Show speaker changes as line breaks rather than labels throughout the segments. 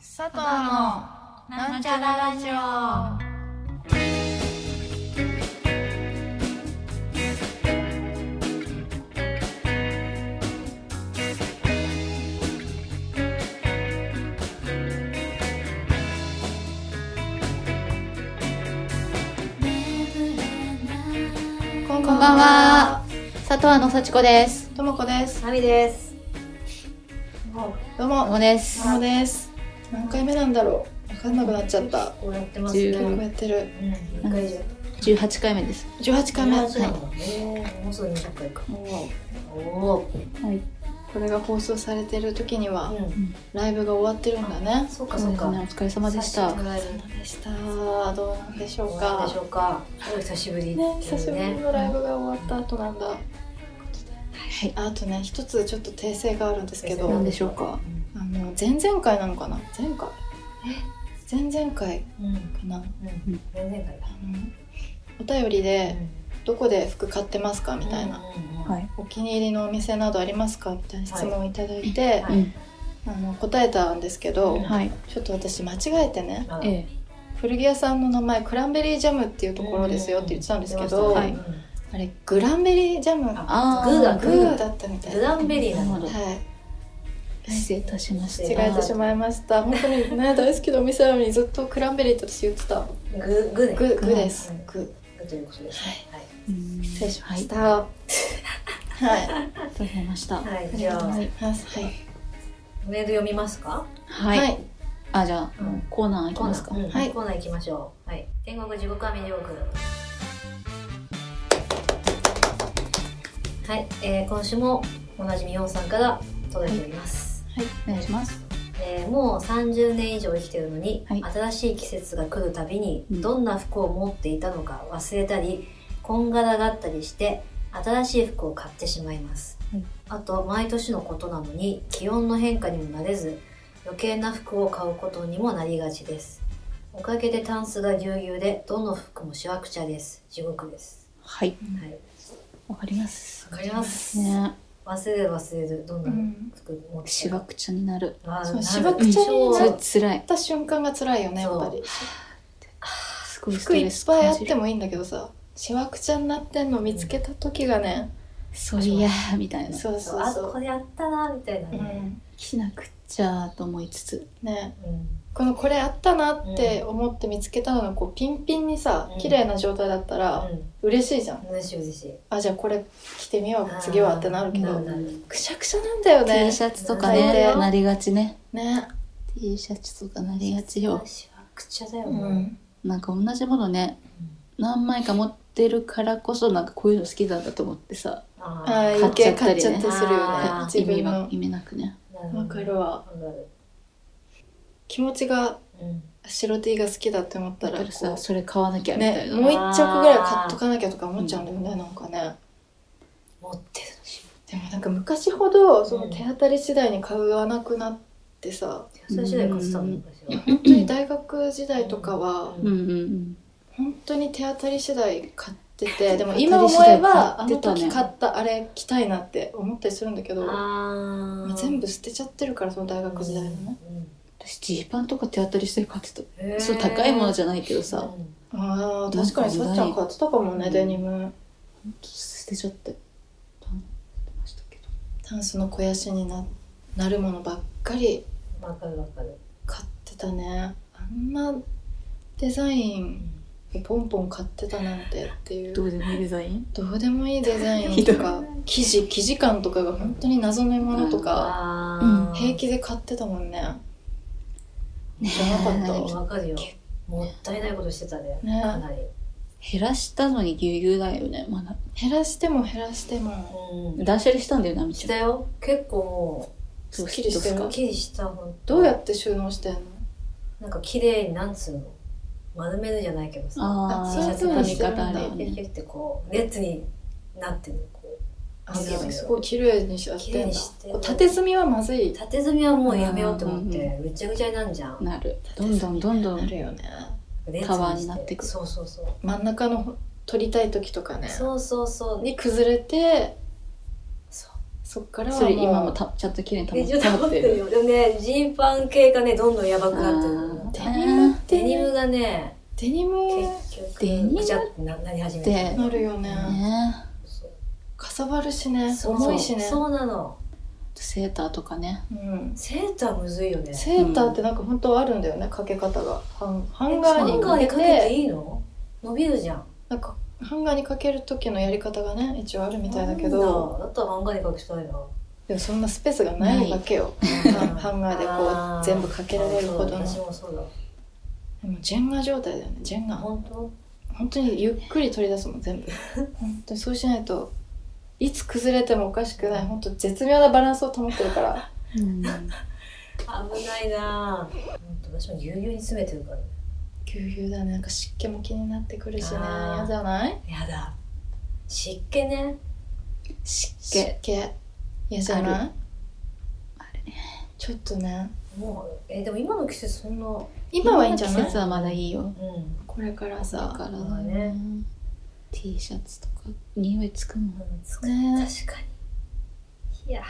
佐藤のなんちゃらラジオ
こんばんは。佐藤の幸子です。
ともこです
ナミです。も
どうも
もで
と
す。
もです何回目なんだろう分かんなくなっちゃった
うやってますね。
十
結
う
構
ん
やってる
1回以上。
十八回目です。
18回目
18回もねもうすぐ200回か。
も
おお。
はい。
うこれが放送されてる時には
うん。
ライブが終わってるんだね
そうか
そ
そうう
です
か
ね。。お疲れ様でした。
久しぶ
でしたどうなんでしょ
り
う
どうなんでし
か
ょうか。お久しぶり。
ね久しぶりのライブが終わった後なんだ
はい。
あとね一つちょっと訂正があるんですけど
なんでしょうか。
あの前々回なのかな前回前々回
うん。うん。
かな
うん。前々回だ。
あのお便りで「どこで服買ってますか?」みたいな、
な
はい。
お気に入りのお店などありますか?」みたいな質問をいただいて、
は
うん。
あの答えたんですけど、
うん
はい。
ちょっと私間違えてね
え
え。
え。
古着屋さんの名前クランベリージャムっていうところですよって言ってたんですけど、
はい
あれグランベリージャム
あ
ー
グーが
グ
グ
ー
ー。
だったみたい
グ
な
ランベリーなん
は
だ。
い
失礼いたしまし
違
た。
えてしまいました本当にね大好きなお店なのにずっとクランベリーって私言ってた
グーグーね
グーグーです
うん
グ
グーということですね。はい。
うん
ー失礼しま
は
し
い。
たはい
大変ました。は
はい、じゃあ
は、い
はい
メール読みますか。
はい、
い。あ、じゃあ
うん
コーナー行き
コー
ま
ナ
すか。
ー、うん
はい
コーナー行きましょう。はい、天国地獄アメ地獄。はい、えー、今週もおなじみヨンさんから届いております。
お願いします。
えーもう30年以上生きてるのに、
はい
新しい季節が来るたびに
うん
どんな服を持っていたのか忘れたりこんがらがったりして新しい服を買ってしまいます、
はい
あと毎年のことなのに気温の変化にも慣れず余計な服を買うことにもなりがちですおかげでタンスがぎゅうぎゅうでどの服もしわくちゃです地獄です
はい。
はい
わかります
わ。かります、
ね。
忘れる忘れるどん
う
な服
ん、
持って
しわくちゃになる。
あー
そう
なる
しわくちゃにな
そ
る
れ辛い
買っ。た瞬間が辛いよねやっぱり
すごいスト
服い
レ
っ
ス
ぱいあ
感
っ
じ
て
る。
もいいんだけどさしわくちゃになってんの見つけた時がね、
そういやーみたいな。
そう
そ
そうう
あ
そう
これやったなみたいな
う
ね、
ん、
着なくっちゃと思いつつ。
ね
うん
このこれあったなって思って見つけたのがこうピンピンにさ
うん
綺麗な状態だったら
う
嬉しいじゃん
ん、嬉しい嬉しい。
あじゃあこれ着てみよう次はってなるけ
な
ど
るなる
くしゃくしゃなんだよ
T
ね
シャツとか
大体
ね
よ
なりがちね。
ね
T シャツとかなりがちよ
しわくちゃだよ
う
ね。
ん
なんか同じものね何枚か持ってるからこそなんかこういうの好きなんだと思ってさ
あ
ああ
あ、
余計買
買
っ
っ
ち
ち
ゃっ
ゃった
り
たりね
するよね
あ
自
意味
分
は
の
意味なくね
なるほど
わかる。わ
わかる。
気持ちが
うん。
白 T が好きだって思っ
だ
た
かららさ
こ
それ買わなきゃ
う
みた
ね
いな、
もう一着ぐらい買っとかなきゃとか思っちゃうんだよねなんかね
持ってる
でもなんか昔ほどその手当たり次第に買わなくなって さ
の。それ次第買ってたの昔は。
本当に大学時代とかは
うんうんうん
本当に手当たり次第買っててでも
手当
今
たり次
思
第
えばあ
買
の
ってたね
時買ったあれ着たいなって思ったりするんだけど
あ
まあ全部捨てちゃってるからその大学時代のね。
私ジーパンとか手当たりして買ってた、
うん。
そう高いものじ
ゃ
ゃないけどさ、ほん、
あー確かにさっちゃん買ってたかもね
うん
デニム
と捨てちゃってたましたけど
タンスの肥やしにななるものばっかり
わかるわかる。
買ってたねあんなデザインポンポン買ってたなんてっていう
どうでもいいデザイン
どうでもいいデザインとか生地生地感とかが本当に謎のものとか
ああ。
平気で買ってたもんね
ね
じゃなかった
で
わ
わかるよ。もったいないことしてたね。
ね
かなり。
減らしたのにぎゅうぎゅうだよねまだ
減らしても減らしても
うん。
断捨離したんだよなみ
し
ちゃ
た
ん
よ。結構も
どう
すっきりしてる
ど
う、
う
すっき
すか
りした。本当
どうやって収納してんの
なんか綺麗になんつうの丸めるじゃないけどさ
あ
あ
あ
そういう
T シ
風
ャ
に
ツ
してるんだ
あるよ
ピュ
ね
ッピュッてこう列になってるこ
あ
そう
でもすごい綺麗にしちゃって
綺麗
ん
に
だ
して
こう縦積みはまず
う
い
縦積みはもうやめようと思っ
うんうん
てぐちゃぐちゃになんじゃん
なるどんどんどんど
あ
ん
るよね
列
タワー
して
になってく
そうそうそう
真ん中の取りたい時とかね
そうそうそう
に崩れて
そう
そっからは
そ
もう
れ今もたちゃんと綺麗に
えちょっ
保
と
保
待
っ
ってて
る。
よでもねジーパン系がねどんどんやばくなって
あー
る
デニムって
デニムがね
デニム
結局
デニム
ぐちゃってななり始め
で
て
なるよね
ね
そう
かさばるしね
そう
重いしね
そうなの
セーターとかね。
うん、
セーターむずいよね
セーターってなんか本当あるんだよねかけ方がハンハンガーに
ハンガ
か
ー
け
に
て
かけていいの伸びるじゃん
なんかハンガーにかける時のやり方がね一応あるみたいだけ
な
ど
んだだったらハンガーにかけ たいな
でもそんなスペースがないわけよハンガーでこ
あ
う全部かけられるほどの
そう私もそうだ
でもジェンガ状態だよねジェンガ
本当
本当にゆっくり取り出すもん 全部本当にそうしないといつ崩れてもおかしくない本当絶妙なバランスを保ってる から
うん、
危ないなぁ本当私もぎゅうぎゅうに詰めてるからね
ぎゅうぎゅうだねなんか湿気も気になってくるしね
あー
嫌じゃない
やだ湿気ね
湿
湿気
気。
嫌じゃない
あ
ちょっとね
もうえでも今の季節そんなう
今はいいんじゃ
今
な
の季
い
節はまだいいよ。
ん
これから
だ
さ
から
まあ
ね
ね。
T シャツとか匂いつくもん。
つく
ね
確かにいや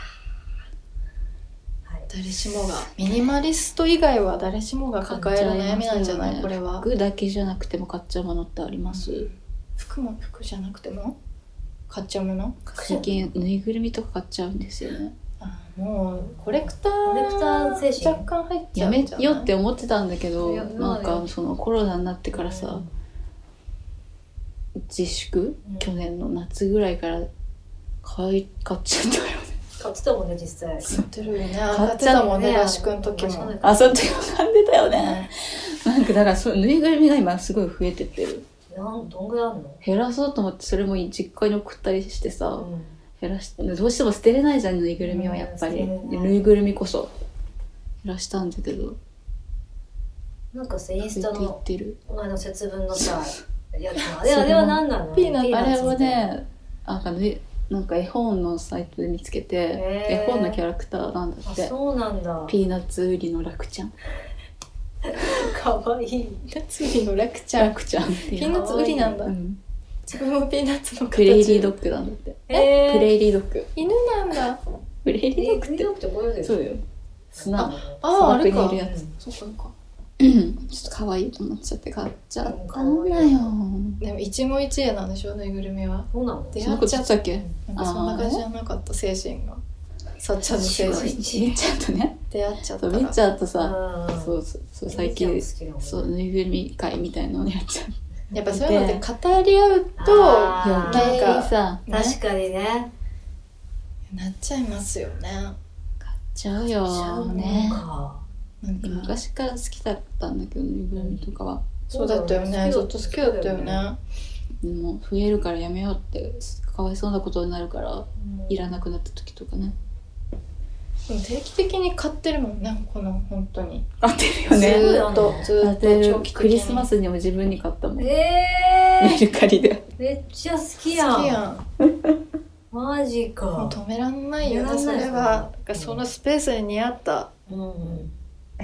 はい
誰しもがミニマリスト以外は誰しもが抱える悩みなんじゃないこれは
服だけじゃなくても買っちゃうものってあります。
服も服じゃなくても買っちゃうもの
最近ぬいぐるみとか買っちゃうんですよね。
あもうコレクター
コレクター精神
若干入っちゃ
や
うん
め
じゃない
よって思ってたんだけど
いや
なん
まあ
か
ね
そのコロナになってからさ、自粛、
うん
去年の夏ぐらいから買い買っちゃったよね
買ってたもんね実際
買ってるよね買
買
っ
ってて
た
た
も
も
ん
ん
ね
ね
合宿の時も、
あそうって買んでたよ ね
ね
なんかだからそうぬいぐるみが今すごい増えてってる
なんどんぐらいあるの
減らそうと思ってそれも実家に送ったりしてさ、
うん
減らしどうしても捨てれないじゃんぬいぐるみはやっぱり、
うん
ぬいぐるみこそ減らしたんだけど
なんかさイン
増
ス
え
タ
てい
の
ってる
お前の節分 のさやつのあれあれは何なの
ピーナッツ
あれを
みたいな
ねなんかねなんか絵本のサイトで見つけて、
へー
絵本のキャラクターなんだ
あ
って
そうなんだ
ピーナッツ売りの楽ちゃん
かわいい
ピーナッツ売りの楽ちゃん
楽ちゃんって
ピ
い
ー
う、
ナッツ売りなんだ
うん、
自分もピーナッツの形
プレイリードッグなんだって
え
プ
イ
レイリードッグ
犬なんだ
プレイ
プ
リ
レ
ー
イ
ド
クリ
ッグっ
ーってこういう
て
で
そ
す
うよ砂の
あああれ
砂
か
漠にいるやつ
そっかそっか
うんちょっと可愛いと思っちゃって買っちゃったんだよ
でも一期一会なんでしょぬいぐるみは
そうなの
出
そ
会
んな
っ
こと
ちゃ
言
っ
って
た
たっけ
なんかそんな感じじゃなかった精神がさっちゃんの精
一
神
期
めっちゃんとね
出会っちゃっ
そ
た
うめっ
ら
ちゃんとさ、
うん
そうそうそう最近そうぬいぐるみ会みたいなのをやっちゃって
やっぱそういうのって語り合うと
あー
余計にさ
ね
確かにね
なっちゃいますよね
買っちゃうよ
そう
ね
か
なんか
昔から好きだったんだけどぬいぐるみとかは
そうだったよねずっと好きだったよね
でも増えるからやめようってかわいそうなことになるからいらなくなった時とかね
でも定期的に買ってるもんねこの本当に
買ってる
ず
ね
ーっとずー
買
っ
っ
と
て
長
る
期的に
クリスマスにも自分に買ったもんメ
え
ルカリで
ー、めっちゃ好
好
き
き
やん
やん
マジ
もう
か
止めらんないよ
止
ね
め
そ
らんない
れはなんかそのスペースに似合った
うんうん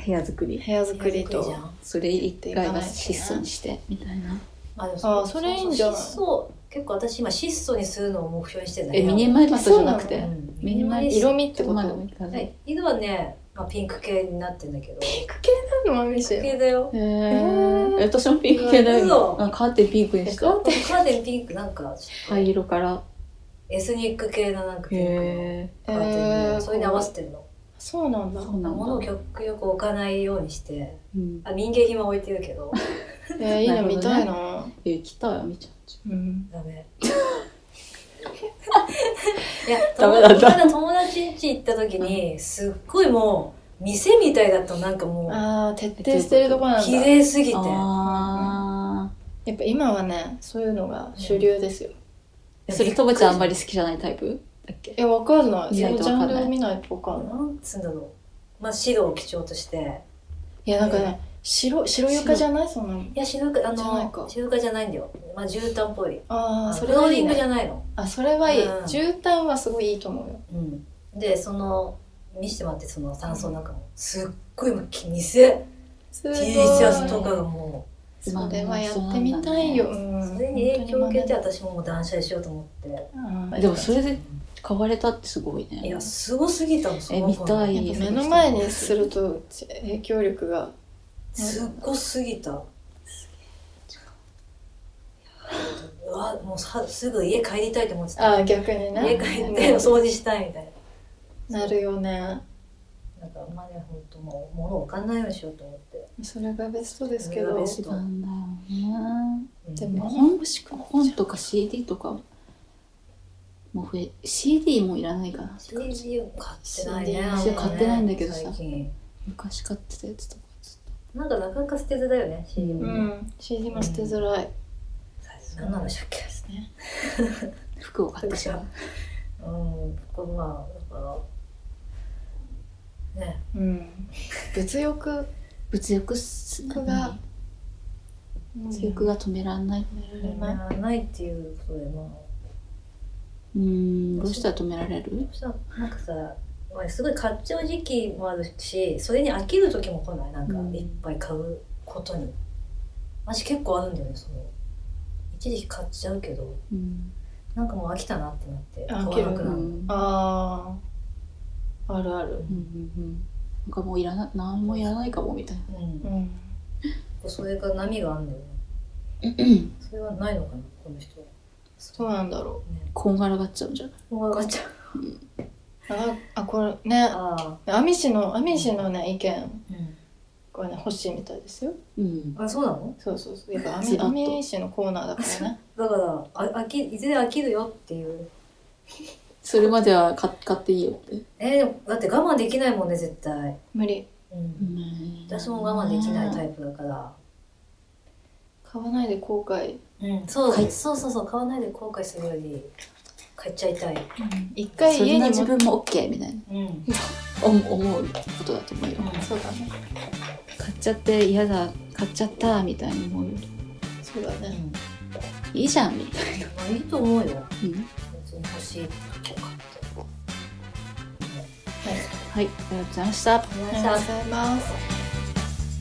部屋作り
部屋作り
手作
と
じゃん
それ一回は質素にしてみたいな
あでも
あそれいいんじゃない
そうそう質素結構私今質素にするのを目標にしてんだ
えミニマリストじゃなくて
うん
ミニマリス
色味ってこ
まで
と
もいか
は
ない
い色はね、まあ、ピンク系になってんだけどピ
ピンク系なのマミシ
ンク
ェ
系だよ
へ
ー
え私もピンク系だよ
嘘
あカーテンピンクにし
カ
た
ーテンカーテンピンクなんかちょっ
灰色から
とエスニック系のなんかピンクの
へえ
え
カーテン
ー
でそれに合わせてるの
そうなんだ
そうなんだ
物を極力置かないようにして
うん
あ民芸品は置いてるけど
えーいい
な
の
るほど
見
ね
たいな
え来たよみちゃんち
うん
ダメいや
ダメなんだ
友達友達ん家行った時にすっごいもう店みたいだったのなんかもう
あー徹底してるとこなんだ
綺麗すぎて
あ
やっぱ今はねそういうのが主流ですよ
あそれともちゃんあんまり好きじゃないタイプだっけ
えわかんない
見
そ
ない
の
と
ジ
わ
ャ
か
ン
んない
ルを見ないとわかんない
なんつうんだろうまあ白を基調として
いやなんかね白白床じゃないそんなの
いや白くあ
じゃないか
の白かじゃないんだよまあ絨毯っぽい
ああそ
フ
れ
ロー
はい
リ
い
ングじ
ね
ゃないの
あそれはいい
うん
絨毯はすごいいいと思うよ
うんでその見せてもらってその炭素の中もすっごいもう店
すご
T
い
シャツとかがもう
それはやってみたいよ、
まあ
うん
それに影響を受けて私ももう断捨離しようと思って
うん
でもそれで買われたってすごい
い
ね
や、すごすぎたの、そ
え
の子
見たい
やっぱ目の前にすると影響力が
すっごすぎた。うわ、もうさすぐ家帰りたいと思ってた。
ああ逆に
家
ね
帰ってお掃除したいみたい
なるよね
な。なんか、まで本当もう、物置かんないようにしようと思って。
それがベストですけ
それが
ど
ベス
一番だよね
うん
でも
本本とか CD とかもう増え CD もいらないかな
CD を買ってないね。
CD
買ってないんだけどさ
最近。
昔買ってたやつとかずっと
なんかなかなか捨てずだよね、CD も
う
ね。
ん CD も捨てづらい
何なんでしたっけ
ですね
服を買ってしまう
うん、こまあ、だから、ね、
うん物欲
物欲す
物欲が
物欲が止められない
寝られない
なないっていうことで、まあ、
うんどうしたら止められる
さなんかさ、まあ、すごい買っちゃう時期もあるし、それに飽きる時も来ない、なんか
うん
いっぱい買うことに。私結構あるんだよね、その、一時期買っちゃうけど、
うん
なんかもう飽きたなってなって、
あ
買わな
う
く
んう
なる。
ん
あああるある
うんうんなんかもういらな何もいらないかもみたいな
うん
うん
それが波があるんだよね。
うん
それはないのかな、この人は。
そうなんだろ
ね。
こんがらがっちゃうんじゃない
もう上がっちゃう。
うああこれね
ああ。
アミシのアミシのね意見
うん。
がね欲しいみたいですよ
うん
あ、そうなの
そうそうそうやっぱア
ず
ミ
っと
アミシのコーナーだからね
だからあ飽きいずれ飽きるよっていう
それまでは買買っていいよって
えーでもだって我慢できないもんね絶対、
無理
うん、私も我慢できないタイプだから、
買わないで後悔
うん、そう
はい
そうそうそう買わないで後悔するより買っちゃいたい、
一
プ
回
そ
家
んな
に
自
も
分も OK みたいな
うん
お思うことだと思うよ
そうだね
買っちゃって嫌だ買っちゃったみたいに思うより
そうだね
いいじゃんみたい
まあいいと思うよ
な、うん、
別に欲しいとかって
はいありがとうございました
あ
思い
り
ま
が
し
とうござ
た
います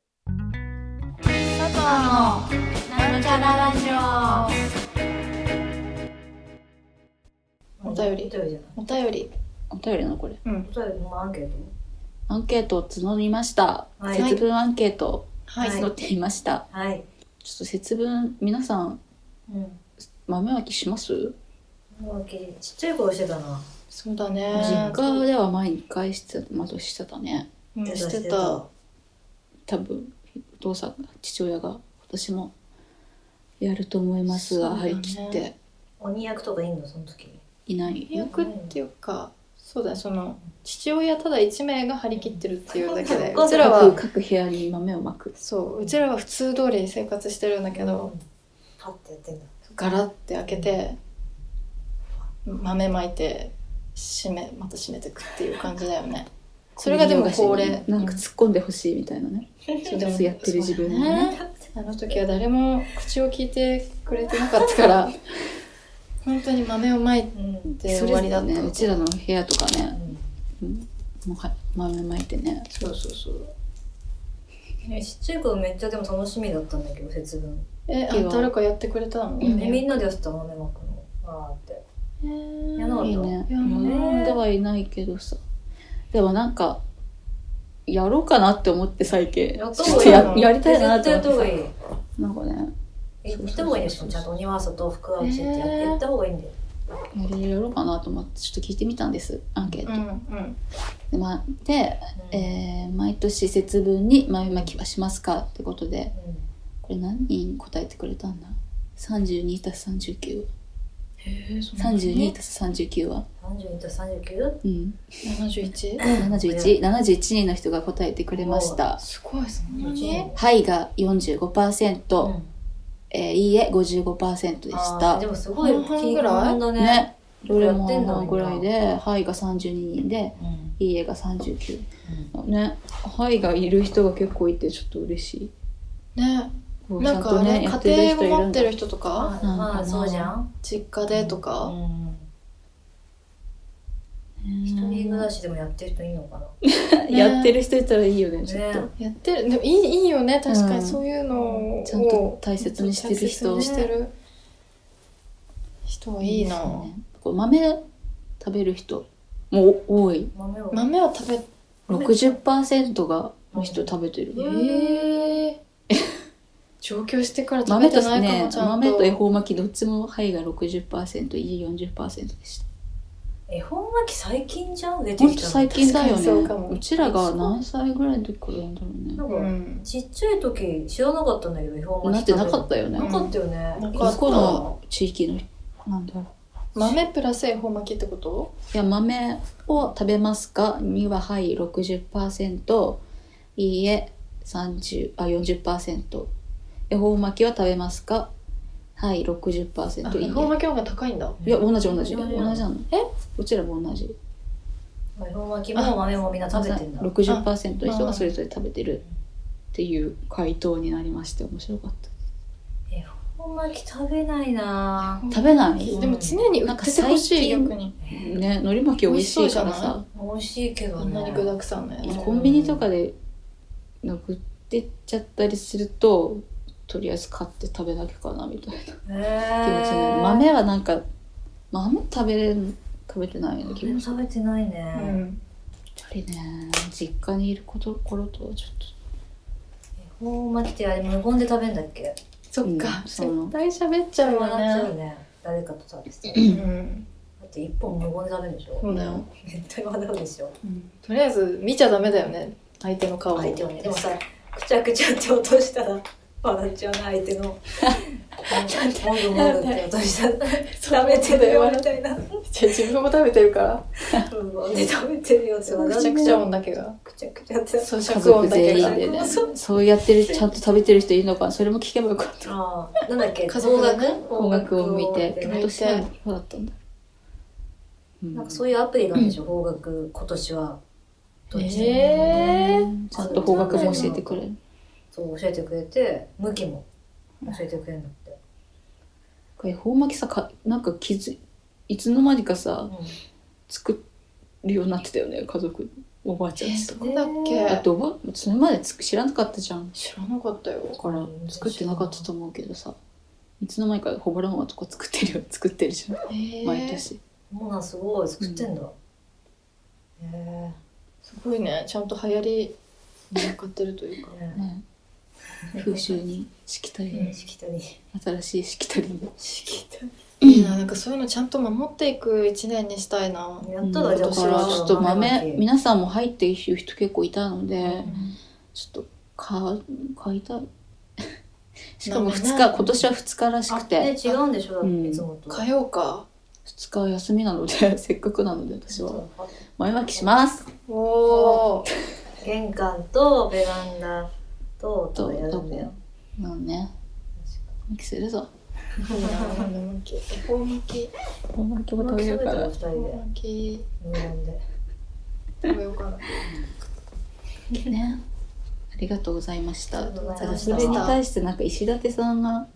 佐藤のなんちゃらラジオ
お便り
お便りじゃない
お便り
お便りなのこれ
お便りもアンケート
アンケートを募りました、
はい
節分アンケートを
はい
はい
募っていました、
はい、
ちょっと節分皆さん
うん
豆まきします
もうきちっちゃい頃してたな
そうだね
実家では前に回してた窓してたね
うんしてた
多分お父さんが父親が私もやると思います
そ
が、
うだ
張
ね
り切って
鬼役とかいいのその時
いない
役っていうかそうだねその父親ただ1名が張り切ってるっていうだけ で
お
う
母さん
ちら
各
は
各部屋に豆をまく
そううちらは普通通り生活してるんだけど
うんパッてやってんだ
ガラッて開けて豆まいて閉めまた閉めてくっていう感じだよ ねそれがでも恒例
なんか突っ込んでほしいみたいなね、
そうでも
そうやってる自分
そうだねあの時は誰も口を聞いてくれてなかったから本当に豆をまい
うん
て
そ
終
れ
わりだった
ねうちらの部屋とかね
うん
もうは豆まいてね
そうそうそう
ねちっちゃい頃めっちゃでも楽しみだったんだけど節分、
えあ誰かやってくれたの
うん
ねみんなでやってた豆まくのわーって
え
やんなかっ
いい
た
ね
いやもうね
飲んではいないけどさでもなんかやろうかなって思って最近
やった
ち
方
ょっ
が
と
いい
ややりたいなっ
絶
て
対
思
や
っ
った方がい
て
い
なんかね
え
そうそうそうそう
行った方がいいでしょちゃんと鬼は外福は内ってや,、
ね
やった方がいいんだよ
やりやろうかなと思ってちょっと聞いてみたんですアンケート、
うんうん
で,、まあで
うん
えー毎年節分に豆まきはしますかってことでこれ何人答えてくれたんだ 32+39
へえそんなに
32+39 は
うん、32と 39?
うん
71
7171人の人が答えてくれました
すごいそんな
う
に
ん
はいが45%、
うん
えーいいえ55%でし
あー
た
でもすごい
半々ぐらい
だね
ねどれも
やってんだ
半々ぐらいではいが32人で
うんうん
いいえが39ねはいがいる人が結構いてちょっと嬉しい
ね
そう
なんかあれ、家庭を持ってる人とか
あまあそうじゃん
実家でとか、
うん一
一
人暮ら
し
しでもやってる人いいのかな
ね
やってる人いたらいいよねちょっと、
ね
やってるでもいいいいよね確か
うん
にそういうのを、
ちゃんと大切にしてる人
大切にしてる人はいいな、
ですねこう豆食べる人も多い
豆を
豆は食べ
60%がの人食べてる、
うん
ええ 上京してから食べ
豆
て
と
ないかも、
ね
ちゃんと
豆と恵方巻きどっちも肺が 60%E40% でした
絵本巻き最近じゃん出て
ほん
きた
と
の
最近だよ
確かにそうかも
ねうちらが何歳ぐらいの時からなんだろうね
なんか、
うん
ちっちゃい時知らなかったんだけど絵本
な
巻き
って
食べ
な
る
かったよね、
うん
なかったよね
な
ど
か
この地域のなんだろう
豆プラス恵方巻きってこと
いや豆を食べますかにははい60%いいえ30あ40%恵方巻きは食べますかはい
あ
60%いい
恵
え
方巻きの方が高いんだ
いや同じ同じ
同
同
じ
じ
なの
なの
え
うちらも同じ
恵方巻きも豆もみんな食べてんだ
60%の人がそれぞれ食べてるっていう回答になりまして面白かった
恵方巻き食べないな
食べない
でも常に売っててほしい
なん
逆
か
に
ね海苔巻き美味しいから
美味し
さ
美味しいけ
あ
ど
んな
ね
に具沢山のや
いいね
つ
コンビニとかで送ってっちゃったりするととりあえず買って食べなきゃかなみたいな気持ち
え
になる、
ー、
豆はなんか豆食べれん食べてないような気
豆
持
も
ちやっ
食べてないうね
ん
ぱりね実家にいること頃とはちょっと
恵方巻きってあれ無言で食べんだっけ
そっ
う
か
んそう
絶対喋っちゃう
笑っちゃうよ
よね
ね誰かと食べて
う
て
ん
だって一本無言で食べるんでしょ
そうだよ
絶対笑うでしょ
とりあえず見ちゃダメだよね相手の顔を
相手をねでもさくちゃくちゃって落としたら笑っちゃうな相手のもぐもぐって落としたら食べてるよみたいな
じゃあ自分も食べてるから
無言で食べてるよって
くちゃくちゃ音
だ
だけが
くちゃくちゃって
咀
家
嚼
族
音だけ
全員
が
でね
そう
そうやってるちゃんと食べてる人いるのかそれも聞けばよかった
ああなんだっけ
家族でね
音楽を見て
音楽を
今
ね
年はどうだったんだ、うん
なんかそういうアプリなんでしょ方角今年はどっちだろう
えー
ちゃんと方角も教えてくれる
そう教えてくれて向きも教えてくれるんだって、
これ恵方巻きさかなんか気づいつの間にかさ作るようになってたよね家族おばあちゃんちとか、
どこだっ
え
だ
け
っておばそれまでつ知らなかったじゃん
知らなかったよ
だから作ってなかったと思うけどさいつの間にかほぼらんわとか作ってるよ作ってるじゃん
へえ
毎年
もうなんすごい作ってんだ、へ
すごいねちゃんと流行りに向かってるというか
えね
ね風習にしきたり、
ねしきたり
新しいしきたりに
しきた
いいななんかそういうのちゃんと守っていく一年にしたいな
りやったらじゃ
今
あ
だか
年
ら
は
ちょっと豆
み
皆さんも入っている人結構いたので、
ん
ちょっと買買いたいしかも
なん
2
かね
日今年は2日らし
あ
く
ね
て
違うんでしょだって、
うん
いつもと
変えようか
2日は休みなので せっかくなので私は前巻きします
おお
玄関とベランダとと
と
かや
ど
るんだ
こ
よ
なのね巻きするぞ
いいな豆まき恵方巻き
こんなとこ
確か
食べ
に
るか
た
ら
恵
二人
方
で
巻き
無言で
食べようかな
ねありがとうございまし
あり
た
がとうございました
それに対してなんか石立さんが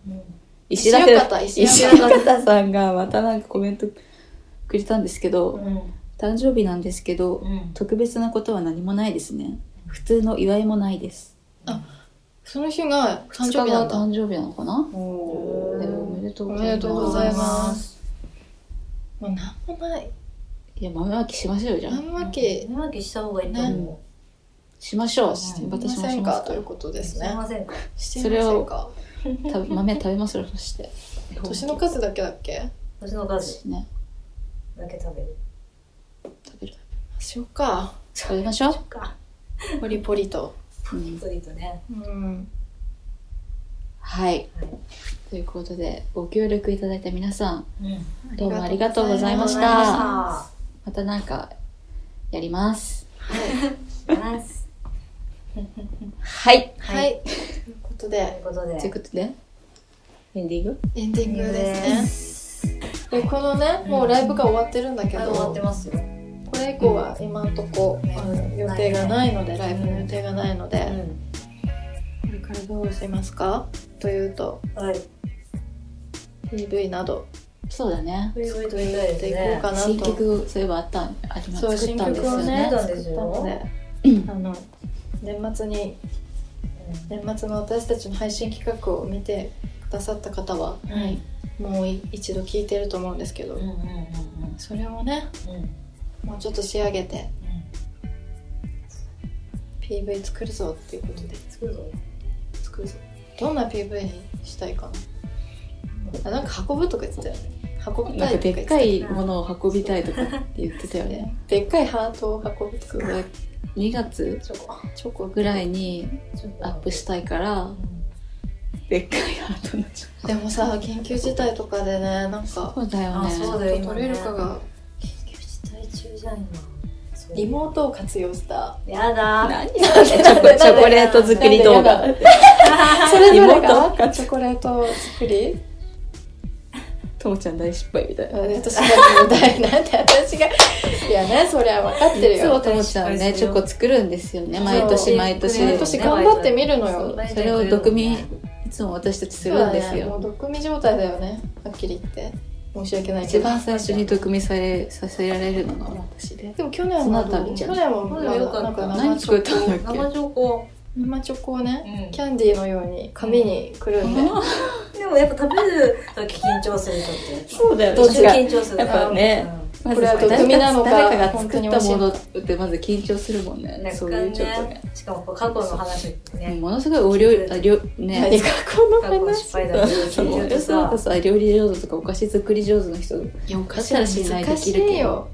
石
石
よ
立
かった石
石
よ
立さんがまたなんかコメントくれたんですけど、
うん
誕生日なんですけど、
うん
特別なことは何もないですね普通の祝いもないです
その日が誕
2
生
日
日な
が
んだ
誕生日なのかな、
おお
でお
ー
めでと
お
うご
め
ざい
で
ます
とうございますもうなんもない
いや豆まきしましょうじゃん
豆まき
豆まきした方がいいと思
しましょう、
ん
し
私も
ませ
し
ん
ま
か
すか
と
ら
いうこと
う
です
すい
ね
ませんか
してみませんか
食べ豆食べますよそして
年の数だけだっけ
私のガジ
ね
だけ食べる
食べる
しようか
食べましょう、
か
ポリポリと
うん
トリートね
うん
はいということでご協力いただいた皆さん
うん
どうもありがとうございまし
ありがとうござい
た
ました
またなんかやります
ます。
はい
はい、
はい
ということ
とい
で
うことで
ということでエンディング
エンディング
エンディングで
ですねでこのねもうライブが終わってるんだけ
はい
ど、
終わってますよ。
これ以降は今んとこ、
うん
あの予定がないのでライブの予定がないので、
ん。
これからどうしますかというと
はい。
PV など
そうだね
これを撮
作っ
りたいです
ていこう
ね。
かな
新
と
曲そういえばあったんあります
そう
作っ
新
たんです
曲を
よ
ね
ね
作ったん
作
で
っ
す
た
よ
ので
うん
あの年末に年末の私たちの配信企画を見てくださった方は
うんはい。
もうい一度聞いてると思うんですけど
うんうんうん
それをね
うんうん。
もうちょっと仕上げて PV 作るぞっていうことで
作るぞ。
作るぞどんな PV にしたいかなあなんか運ぶとか言ってたよね運び
な
た
ん
い
か
とか言って
でった
よ
か
ね
いものを運びたいとかって言ってたよね
でっかいハートを運ぶとか
2月
チョコ。。
チョコ
ぐら
い
いにアップしたたいからでっかいハートのチョコ
でもさ緊急事態とかでねなんか
そうだよね
あそうだよ
取れるかが
緊急事態中じゃん今。そう
リモートを活用した
やだ
何チョコチョコレート作り動画
なんでやだそれぞれ
リモ
が
ート
チョコレート作り
ともちゃん大失敗みたいな
私が問題なんで 私がいやねそりゃ分かってる
いつも
よ
ともちゃんねチョコ作るんですよね毎
そう
年毎年
毎年頑張ってみるの
そう
よ
それを毒味いつも私たちす
そう
るん
だ
です
ねも
よ
う毒味状態だよねはっきり言って申し訳ないけ
一
ど
番最初に毒味されさせられるのが私で
でも去年は
その後
去
見ちゃう
年もまだ
よかった
なんか生
何
チョ
作っ
コ
たんだっけ
生チョコ。
生チョコをね
うん
キャンディーのように紙にくるんで、
でもやっぱ食べる時緊張するとって。
そうだよ
途
ね
中緊張する。
やっぱねまず
これは毒味なのか
誰が作ったものってまず緊張するもんね
うん。
そういうちょっとね
しかもこう過去の話ね。
ものすごいお料理あ料ね
何かこの
過去の失
話
敗だった
そ
緊張
う
と
それ
さ。
こそ料理上手とかお菓子作り上手の人だ
いやお菓
ったら信頼で
難し
きる
い
け
よ
ど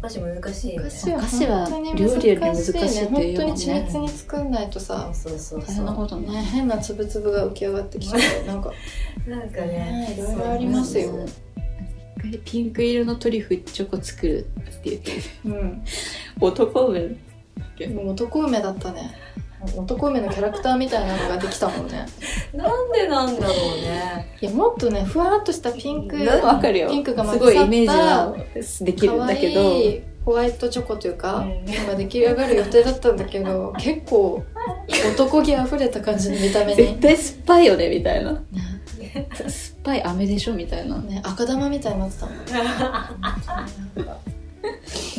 お菓子難しいよ
お菓。
ね
子
お
は
菓子は
本当に
料理より難しいっ
ね
ていうもん
本
ね
当に緻密に作んないとさ、
そうそう
大
そ
変なこ
う。
と
ね、
ね
変なつぶつぶが浮き上がってきちゃうなん か
なんかね
ね、いろいろありますよ
一回ピンク色のトリュフチョコ作るって言って
うん
男梅
もう男梅だったね男梅のキャラクターみたいなのができたもんね
なんでなんだろうね。
いやもっとねふわっとしたピンク
な
わかるよ
ピンクが混
す
ざ
ご
っ
い
た
イメージはできるんだけ
可
ど
愛いホワイトチョコというか、
うん
が出来上がる予定だったんだけ ど結構男気あふれた感じの見た目に
絶、対酸っぱいよねみたいな
ね
酸っぱい飴でしょみたいな
ね、赤玉みたいにな ってたもん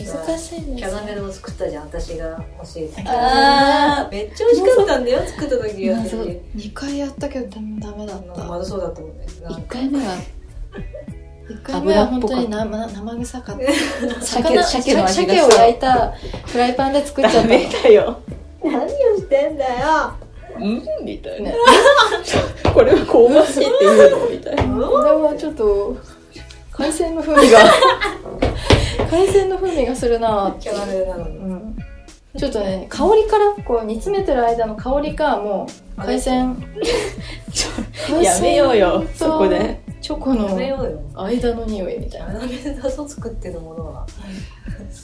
難しいね
キャラメルを作ったじゃん、私が教えて。
あ
めっちゃ美味しかったんだよ、作った時やって
謎
て。
2回やったけどでもダメだ
なん
っ
か
た
まだそうだったもんね。なんか
1回目は
1回目は本当
油っ
に生生臭かっ
鮭
た
鮭の味が
鮭を焼いたフライパンで作っちゃ
ダ
った
メだよ
何をしてんだよ。
うんみたいな
ね
これは香ばしいって言うのみたいな
のこれはちょっと海鮮の風味 が海鮮の風味がするな
キャラメルなのに。
うんちょっとね香りからこう煮詰めてる間の香りかもう海鮮
ちょ
海鮮
やめようよ
と
そこで
チョコ
や
の
めようよ。
間の匂いみたい
キャ
な
ラメルだと作ってるものは。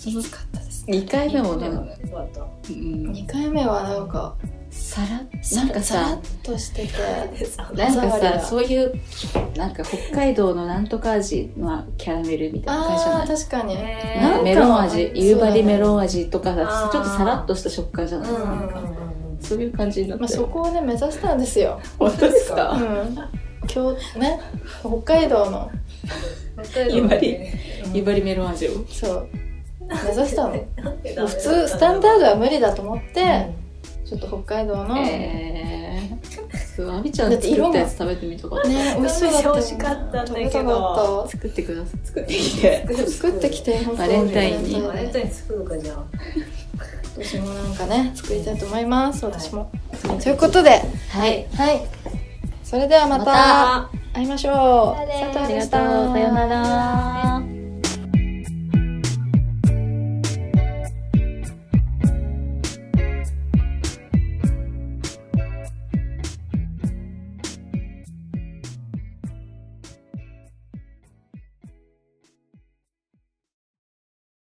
きつかったです
2回目もね、
よかった。
うん、
2回目はなんか
さらなんか
さら
さ
っとしてて
なんか
手触り
さ
が
そういうなんか北海道のなんとか味のキャラメルみたいな会社
あー
ない
確かに
ね
なんかメロン味
なんか
夕張メロン味とか
あ
さ
ー
ちょっとさらっとした食感じゃ
う
なんい、
うんうんうん。
そういう感じになっ
まあ、
て
そ
る
こをね目指したんですよ、
本当です
う
か
ん、今日ね北海道の
今
今に夕張メロン味を
そう目指 したのもう
普
普通スタンダードは無理だと思って、ちょっと北海道の、
えー、そうあみちゃん作ったやつ食べてみたかった
ね美味しそうだったよね
美味しかったんだけど
食べたかっ
作ってください作ってきて
た作ってきて本当
バレンタインに
バ
バ
レ
レ
ン
ン
タ
タ
イン
イン作るかじゃあ
私もなんかね作りたいと思います私も、
はい
ということで
はい
はいそれではまた
ま
会いましょう
じゃあ
佐
ね
藤
あり
で
が
し
とうさよなら